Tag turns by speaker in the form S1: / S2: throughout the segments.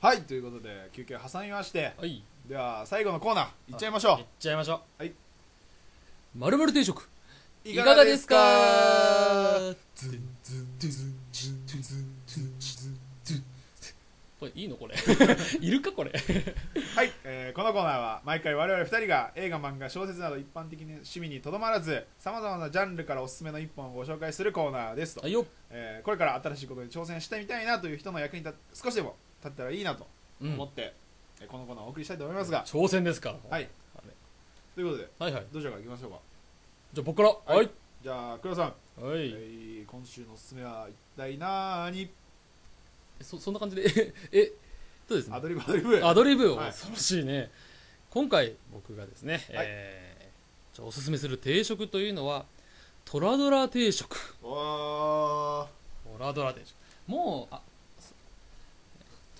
S1: はいということで休憩挟みまして
S2: はい
S1: では最後のコーナーいっちゃいましょ
S2: いっちゃいましょう
S1: はい
S2: まるまる定食
S1: う
S2: い
S1: い
S2: かがですかこれいいのこれ いるかこれ
S1: はい、えーこのコーナーは毎回我々2人が映画漫画小説など一般的な趣味にとどまらずさまざまなジャンルからおすすめの一本をご紹介するコーナーですと
S2: あ、よ
S1: えーこれから新しいことに挑戦してみたいなという人の役に立っ少しでも立ったらいいなと
S2: う
S1: 思
S2: ん
S1: っ、て、えーこのコーナーをお送りしたいと思いますが、
S2: 挑戦ですか
S1: はいということで
S2: はいはい
S1: どちらからいきましょうか
S2: じゃあ僕から
S1: は
S2: はいい
S1: じゃあ黒田さん、
S2: は
S1: え
S2: い
S1: ー今週のおすすめは一体なーに
S2: そそんな感じで えそうですね
S1: アドリブアドリブ
S2: アドリブを
S1: はい
S2: 恐ろしいね、今回僕がですね、えーじゃあおすすめする定食というのはトラドラ定食
S1: おー
S2: トラドラ定食もうあそ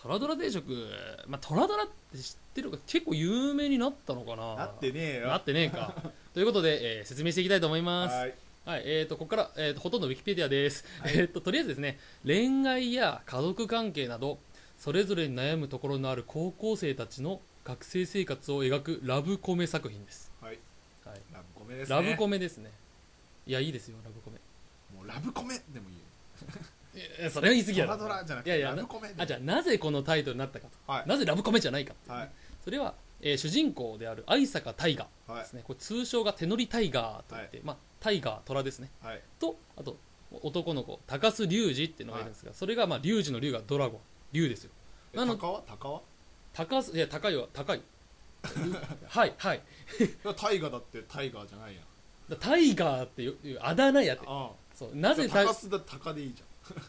S2: トラドラ定食、まあ、トラドラって知ってるか結構有名になったのかな
S1: なってねえよ
S2: なってね えかということで、えー説明していきたいと思います
S1: は
S2: はい、
S1: い
S2: えー、とここから、えー、とほとんどウィキペディアです、 えー、ととりあえずですね恋愛や家族関係などそれぞれに悩むところのある高校生たちの学生生活を描くラブコメ作品です、
S1: はい
S2: はい
S1: ラブコメですね
S2: ラブコメですねいやいいですよラブコメ
S1: もうラブコメでもいいよ
S2: えーそれは言い過ぎや
S1: ド
S2: ろ
S1: ラドラじゃなく
S2: いや
S1: て
S2: いや
S1: ラブコメで
S2: あじゃあなぜこのタイトルになったかと、
S1: はい
S2: なぜラブコメじゃないかっていうね
S1: はい
S2: それは、えー主人公である愛坂大河
S1: は
S2: ですね、これ通称が手乗りタイガーといって、まあ、タイガー虎ですね
S1: いはい
S2: とあと男の子高須龍二っていうのがいるんですが、それが、まあ、龍二の龍がドラゴン龍ですよ
S1: え
S2: なの
S1: 高は高は
S2: 高須いや高いは 高いはいはい
S1: いやタイガだってタイガーじゃないやん
S2: だタイガーっていういうあだ名やって
S1: あ
S2: そうな
S1: あじゃ
S2: ぜ
S1: あ
S2: タ
S1: 高須だ高でいいじゃ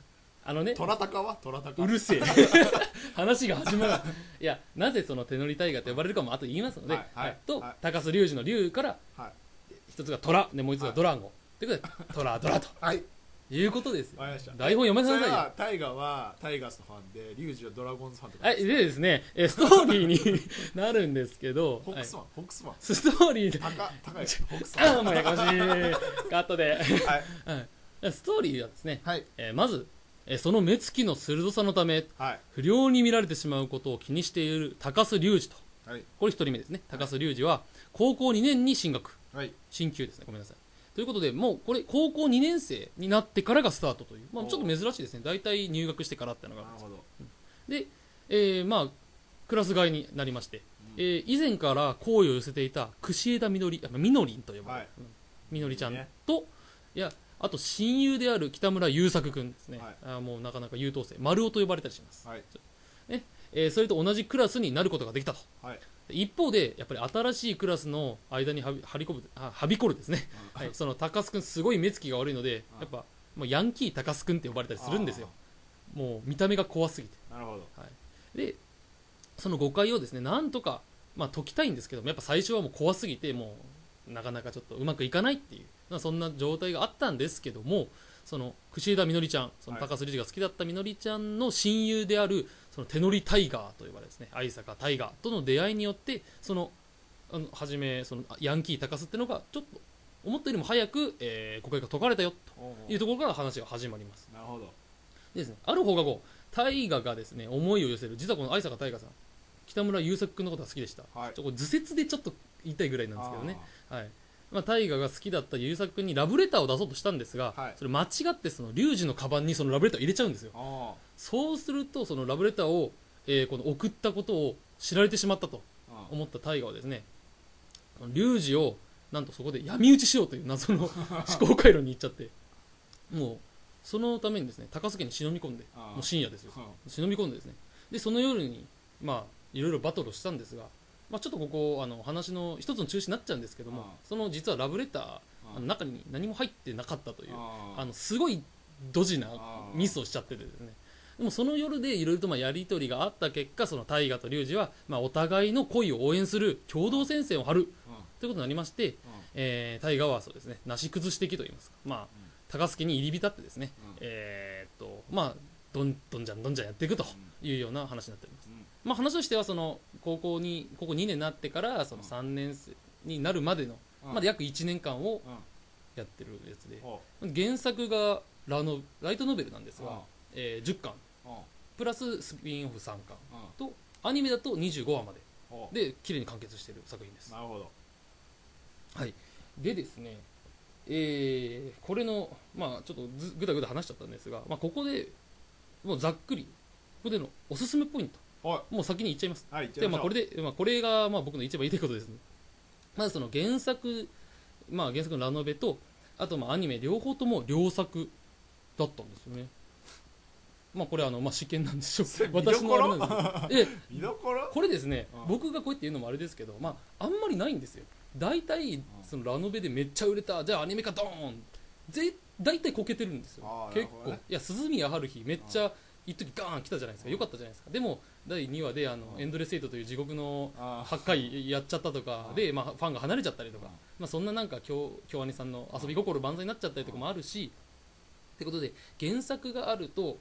S2: あのね
S1: んトラタカはトラタカ
S2: うるせえ 話が始まらないいやなぜその手乗り大河と呼ばれるかも後で言いますので、
S1: はいはい
S2: と、
S1: はい
S2: 高須龍二の龍から
S1: はい
S2: 一つが虎でもう一つがドラゴン、ということでトラドラと
S1: はい
S2: いうことですよ
S1: わかりました
S2: 台本読め
S1: そ
S2: させ
S1: れ
S2: なさいよ
S1: はタイガはタイガースのファンでリュウジはドラゴンズファンとか
S2: はい、でですね、えーストーリーに なるんですけど、
S1: ホック
S2: はい、
S1: ス
S2: ス
S1: マンホックスマン
S2: トーリーで、
S1: タカタカやホックスマン
S2: ああ、もうやかましい、カットで、
S1: はい
S2: はい、ストーリーはですね、
S1: はい
S2: えーまず、えーその目つきの鋭さのため、
S1: はい
S2: 不良に見られてしまうことを気にしている高須隆二と、
S1: はい
S2: これ一人目ですね、高須隆二は、高校2年に進学、
S1: はい
S2: 進級ですね、ごめんなさい。ということで、もうこれ、高校2年生になってからがスタートという、まあ、ちょっと珍しいですね、大体入学してからっての
S1: な
S2: が
S1: る。ほど
S2: で、えーまあクラス替えになりまして、えー以前から好意を寄せていた櫛枝みのりあみのりんと呼ば
S1: は
S2: れる
S1: い、
S2: うんみのりちゃん
S1: いいね
S2: といやあと親友である北村優作君ですね、
S1: はい
S2: あーもうなかなか優等生丸尾と呼ばれたりします、
S1: はい
S2: えーそれと同じクラスになることができたと
S1: はい
S2: で一方でやっぱり新しいクラスの間にはびはりこぶあはびこるですね、
S1: うん
S2: はい、その高須君すごい目つきが悪いので
S1: うん
S2: やっぱもうヤンキー高須君って呼ばれたりするんですよもう見た目が怖すぎて
S1: なるほど
S2: でその誤解をですねなんとか、まあ、解きたいんですけどもやっぱ最初はもう怖すぎてもうなかなかちょっとうまくいかないっていう、まあ、そんな状態があったんですけどもその櫛枝みのりちゃんその
S1: はい
S2: 高須理事が好きだったみのりちゃんの親友であるその手乗りタイガーと呼ばれるですね愛坂タイガーとの出会いによってそのあの初めそのヤンキー高須ってのがちょっと思ったよりも早く、えー誤解が解かれたよと
S1: おうおう
S2: いうところから話が始まります。
S1: なるほど
S2: でですね、ある放課後、大河がですね思いを寄せる、実はこの愛坂大河さん、北村優作君のことが好きでした、
S1: はい
S2: ちょこれ図説でちょっと言いたいぐらいなんですけどね、はいまあ、大河が好きだった優作君にラブレターを出そうとしたんですが、
S1: はい
S2: それ間違ってその龍二のカバンにそのラブレターを入れちゃうんですよ、
S1: あーあ
S2: そうすると、そのラブレターを、えーこの送ったことを知られてしまったと
S1: ーうん
S2: 思った大河はですね、龍二をなんとそこで闇討ちしようという謎の思考回路に行っちゃって、もうそのためにですね高須家に忍び込んで。
S1: あー
S2: もう深夜ですよ
S1: うん
S2: 忍び込んでですねでその夜にまあいろいろバトルをしたんですが、まあ、ちょっとここあの話の一つの中止になっちゃうんですけども、
S1: うん
S2: その実はラブレター
S1: うん
S2: あの中に何も入ってなかったという
S1: あ
S2: あ
S1: の
S2: のすごいドジな
S1: うん
S2: ミスをしちゃっててですねでもその夜でいろいろとまあやり取りがあった結果その大河と龍二はまあお互いの恋を応援する共同戦線を張るということになりまして、えー、大河はそうですねなし崩し的と言いますか、まあ
S1: ん
S2: 高槻に入り浸ってですね、
S1: うん
S2: えーっとまあどんどんじゃんどんじゃんやっていくというような話になっております、まあ、話としてはその高校に高校2年になってからその
S1: うん
S2: 3年生になるまでの、まで約1年間を
S1: うん
S2: やってるやつで
S1: おう
S2: 原作がラノライトノベルなんです
S1: うん
S2: が、えー10巻
S1: うん
S2: プラススピンオフ3巻
S1: うん
S2: とアニメだと25話まで
S1: お
S2: で綺麗に完結している作品です
S1: なるほど
S2: はい、でですね、えーこれの、まあ、ちょっとずぐだぐだ話しちゃったんですが、まあ、ここでもうざっくり、ここでのおすすめポイント、
S1: おい
S2: もう先に言っちゃいます。
S1: はいじゃ
S2: で
S1: あ
S2: まあ、これで、まあ、これがまあ僕の一番言いたいことですね。まずその原作、まあ、原作のラノベと、あとまあアニメ両方とも良作だったんですよね。まあこれあの、まあ、試験なんでし ょう
S1: 見ど
S2: 私
S1: ころ
S2: のあれなんですけどえ
S1: 見どころ
S2: これですね、
S1: うん
S2: 僕がこうやって言うのもあれですけど、まあ、あんまりないんですよ大体そのラノベでめっちゃ売れたじゃあアニメ化ドーンぜ大体こけてるんですよ
S1: あーなる
S2: 結
S1: ほど
S2: 構、
S1: ね
S2: いや鈴宮春日めっちゃ一時ガーン来たじゃないですか
S1: うん
S2: よかったじゃないですかでも第2話であの、
S1: うん
S2: エンドレスエイトという地獄の
S1: あー
S2: 8回やっちゃったとか
S1: うん
S2: で、まあ、ファンが離れちゃったりとか、
S1: うん
S2: まあ、そんななんか京京アニさんの遊び心万歳になっちゃったりとかもあるし、ってことで原作があると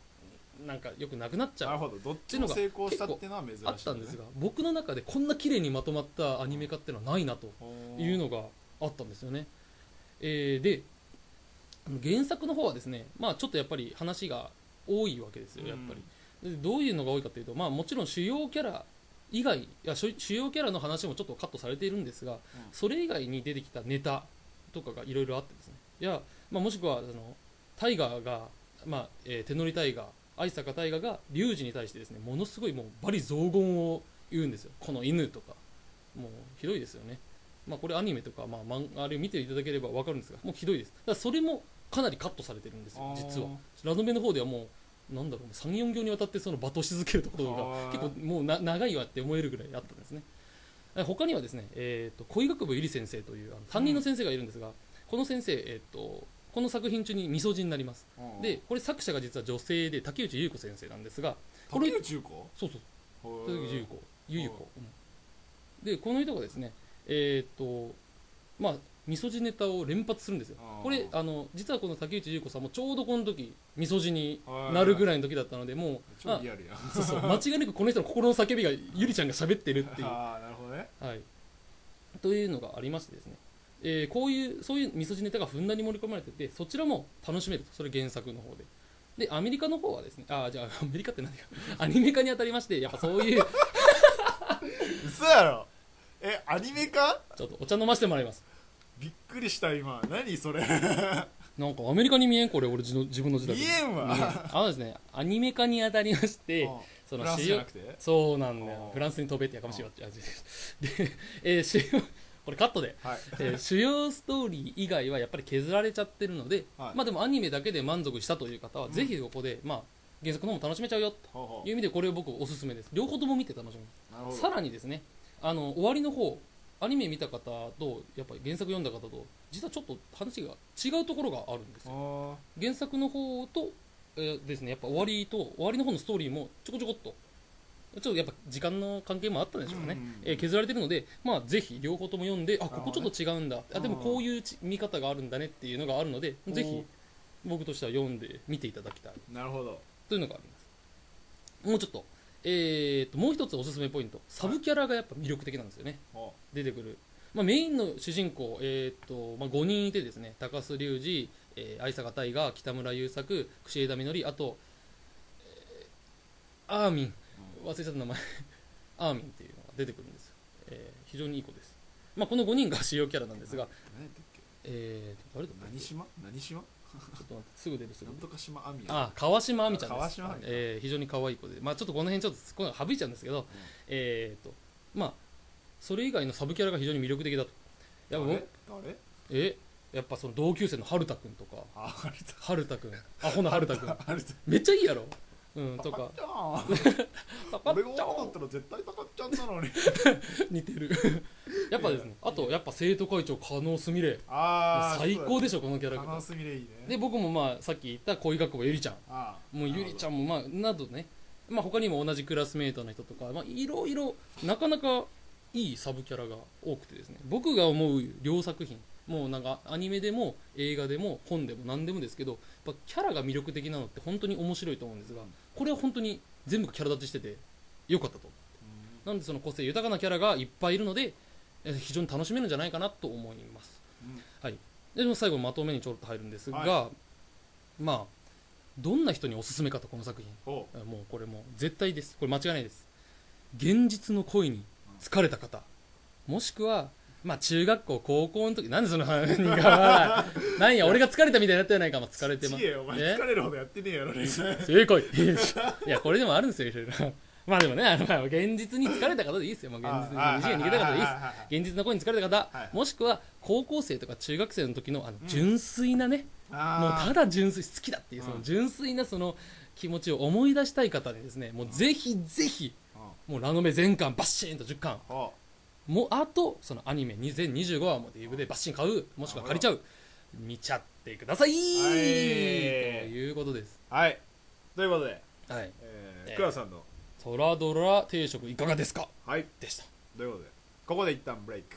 S2: なんかよくなくなっちゃう
S1: なるほどどっちも成功したっていうのは珍しい、ね、
S2: あったんですが僕の中でこんな綺麗にまとまったアニメ化っていうのはないなとい
S1: いう
S2: のがあったんですよね、えーで原作の方はですね、まあ、ちょっとやっぱり話が多いわけですよやっぱり、でどういうのが多いかというと、まあ、もちろん主要キャラ以外いや主主要キャラの話もちょっとカットされているんですが、それ以外に出てきたネタとかがいろいろあってですねいや、まあ、もしくはあのタイガーが、まあえー手乗りタイガー愛坂タイガーがリュウジに対してですねものすごいもうバリ雑言を言うんですよこの犬とかもうひどいですよね、まあ、これアニメとか、まあ、マンあれを見ていただければ分かるんですがもうひどいですだからそれもかなりカットされてるんですよ実はラノベの方ではもうなんだろう34行にわたってその罵倒し続けるところ
S1: は
S2: が
S1: い
S2: 結構もうな長いわって思えるぐらいあったんですねえ他にはですね、えー、と恋学部ゆり先生というあの担任の先生がいるんですが、この先生、えー、とこの作品中にみそじになります
S1: うん
S2: でこれ作者が実は女性で竹内優子先生なんですがこれ
S1: 竹内優子
S2: そうそう
S1: 竹
S2: 竹内優子優優子、うんでこの人がですねえっ、とまあみそじネタを連発するんですよ
S1: あー
S2: これあの実はこの竹内優子さんもちょうどこの時みそじになるぐ
S1: らい
S2: らいの時だったのでもう
S1: 超
S2: あ
S1: リアルやん
S2: そうそう間違いなくこの人の心の叫びがゆりちゃんが喋ってるっていう、は
S1: ああなるほどね
S2: い、というのがありましてですね、えーこういうそういうみそじネタがふんだんに盛り込まれててそちらも楽しめるとそれ原作の方で。でアメリカの方はですねあーじゃあアメリカって何かアニメ化に当たりましてやっぱそういう
S1: 嘘やろえアニメ化
S2: ちょっとお茶飲ませてもらいます
S1: びっくりした今何それ
S2: なんかアメリカに見えんこれ俺自の自分の時代
S1: 見えんわ
S2: あのですねアニメ化に当たりま して
S1: うん
S2: そ
S1: フ
S2: の
S1: ランス
S2: 主
S1: じ
S2: 要
S1: ゃなくて
S2: そうなんだ
S1: あ
S2: よ
S1: ー
S2: フランスに飛べってやかましいわって感じでえー主要これカットで、
S1: はい
S2: えー主要ストーリー以外はやっぱり削られちゃってるので、
S1: はい
S2: まあでもアニメだけで満足したという方は、
S1: うん
S2: ぜひここで、まあ、原作の方も楽しめちゃうよと
S1: ほうほ
S2: いう意味でこれを僕おすすめです両方とも見て楽しみ
S1: うなる
S2: ま
S1: ほ
S2: す
S1: ど
S2: さらにですねあの終わりの方アニメ見た方とやっぱり原作読んだ方と実はちょっと話が違うところがあるんです
S1: あ
S2: よ原作の方と、えーですねやっぱ終わりと終わりの方のストーリーもちょこちょこっとちょっとやっぱ時間の関係もあったんでしょうかね、
S1: うんうんうん
S2: えー削られてるので、まあ、ぜひ両方とも読んであここちょっと違うんだ、あでも
S1: うん
S2: こういうち見方があるんだねっていうのがあるので
S1: お
S2: ぜひ
S1: ー
S2: 僕としては読んで見ていただきたい
S1: ーなるほど
S2: というのがありますもうちょっと,、えー、ともう一つおすすめポイントサブキャラがやっぱ魅力的なんですよね、
S1: ほ
S2: 出てくる、まあ、メインの主人公、えーっとまあ、5人いてですね高須隆二、えー、愛坂大河北村優作櫛枝実あと、えーアーミン忘れちゃった名前 アーミンっていうのが出てくるんですよ、えー非常にいい子です、まあ、この5人が主要キャラなん
S1: う
S2: ですが、
S1: 何やったっけ
S2: えー、誰だったっけ
S1: 何
S2: ちょ
S1: 島何島
S2: っと待ってすぐ出るすぐ
S1: な
S2: 出
S1: ん
S2: る
S1: とか島アミヤ
S2: あ川島亜美ちゃんです
S1: 川島亜美
S2: えー非常に可愛い子で、まあ、ちょっとこの辺ちょっと今回省いちゃうんですけど、えーっとまあそれ以外のサブキャラが非常に魅力的だとやっぱ
S1: 誰誰
S2: えやっぱその同級生の春太くんとか
S1: ああれだ
S2: 春太くんアホな春 太くん
S1: あれだ
S2: めっちゃいいやろ うんと
S1: 高
S2: か
S1: っちゃん
S2: パパ
S1: 俺
S2: ッ
S1: が
S2: チ
S1: 女だ
S2: ョ
S1: っ
S2: ン
S1: たら絶対高っちゃんなの に
S2: 似 てるやっぱですねあとやっぱ生徒会長加納すみれ
S1: ああ
S2: 最高で
S1: し
S2: しょこのキャラ
S1: カ
S2: クタ
S1: ナ
S2: ー
S1: スミレイね
S2: で僕もまあさっき言った恋学部ゆりちゃん
S1: ああ
S2: もうゆりちゃんもまあなどねまあ他にも同じクラスメートの人とかまあいろいろなかなかいいサブキャラが多くてですね僕が思う両作品もうなんかアニメでも映画でも本でも何でもですけどやっぱキャラが魅力的なのって本当に面白いと思うんですがこれは本当に全部キャラ立ちしててよかったとなのでその個性豊かなキャラがいっぱいいるのでえー非常に楽しめるんじゃないかなと思います
S1: うん
S2: でも最後まとめにちょろっと入るんですが、
S1: は
S2: まあどんな人におすすめかとこの作品
S1: おう
S2: あもうこれもう絶対ですこれ間違いないです現実の恋に疲れた方もしくはまあ中学校高校の時なんでその話にが笑 いなんや俺が疲れたみたいになったじゃないか、まあ、疲れてます
S1: ちげえよお前
S2: え
S1: 疲れるほどやってねえやろね
S2: 正解 いやこれでもあるんですよいろいろ まあでもねあのまあ現実に疲れた方でいいですよ、まあ、現実に
S1: ああ
S2: 二次元に逃げた方でいいで
S1: はいはいはいはい
S2: す現実の声に疲れた方、
S1: はい
S2: もしくは高校生とか中学生の時のあの純粋なね、もう
S1: あ
S2: ただ純粋好きだっていう
S1: う
S2: そ
S1: ん
S2: の純粋なその気持ちを思い出したい方にですねもうぜひぜひ
S1: ー
S2: もうラノベ全巻バッシーンと10巻
S1: うんおう
S2: もうあとそのアニメ2025話も DV でバッシン買うもしくは借りちゃう見ちゃってください、
S1: い
S2: ということです
S1: はいということで
S2: はい
S1: え
S2: え
S1: ー
S2: ー
S1: クラさんの
S2: トラドラ定食いかがですか
S1: はい
S2: でした
S1: ということでここで一旦ブレイク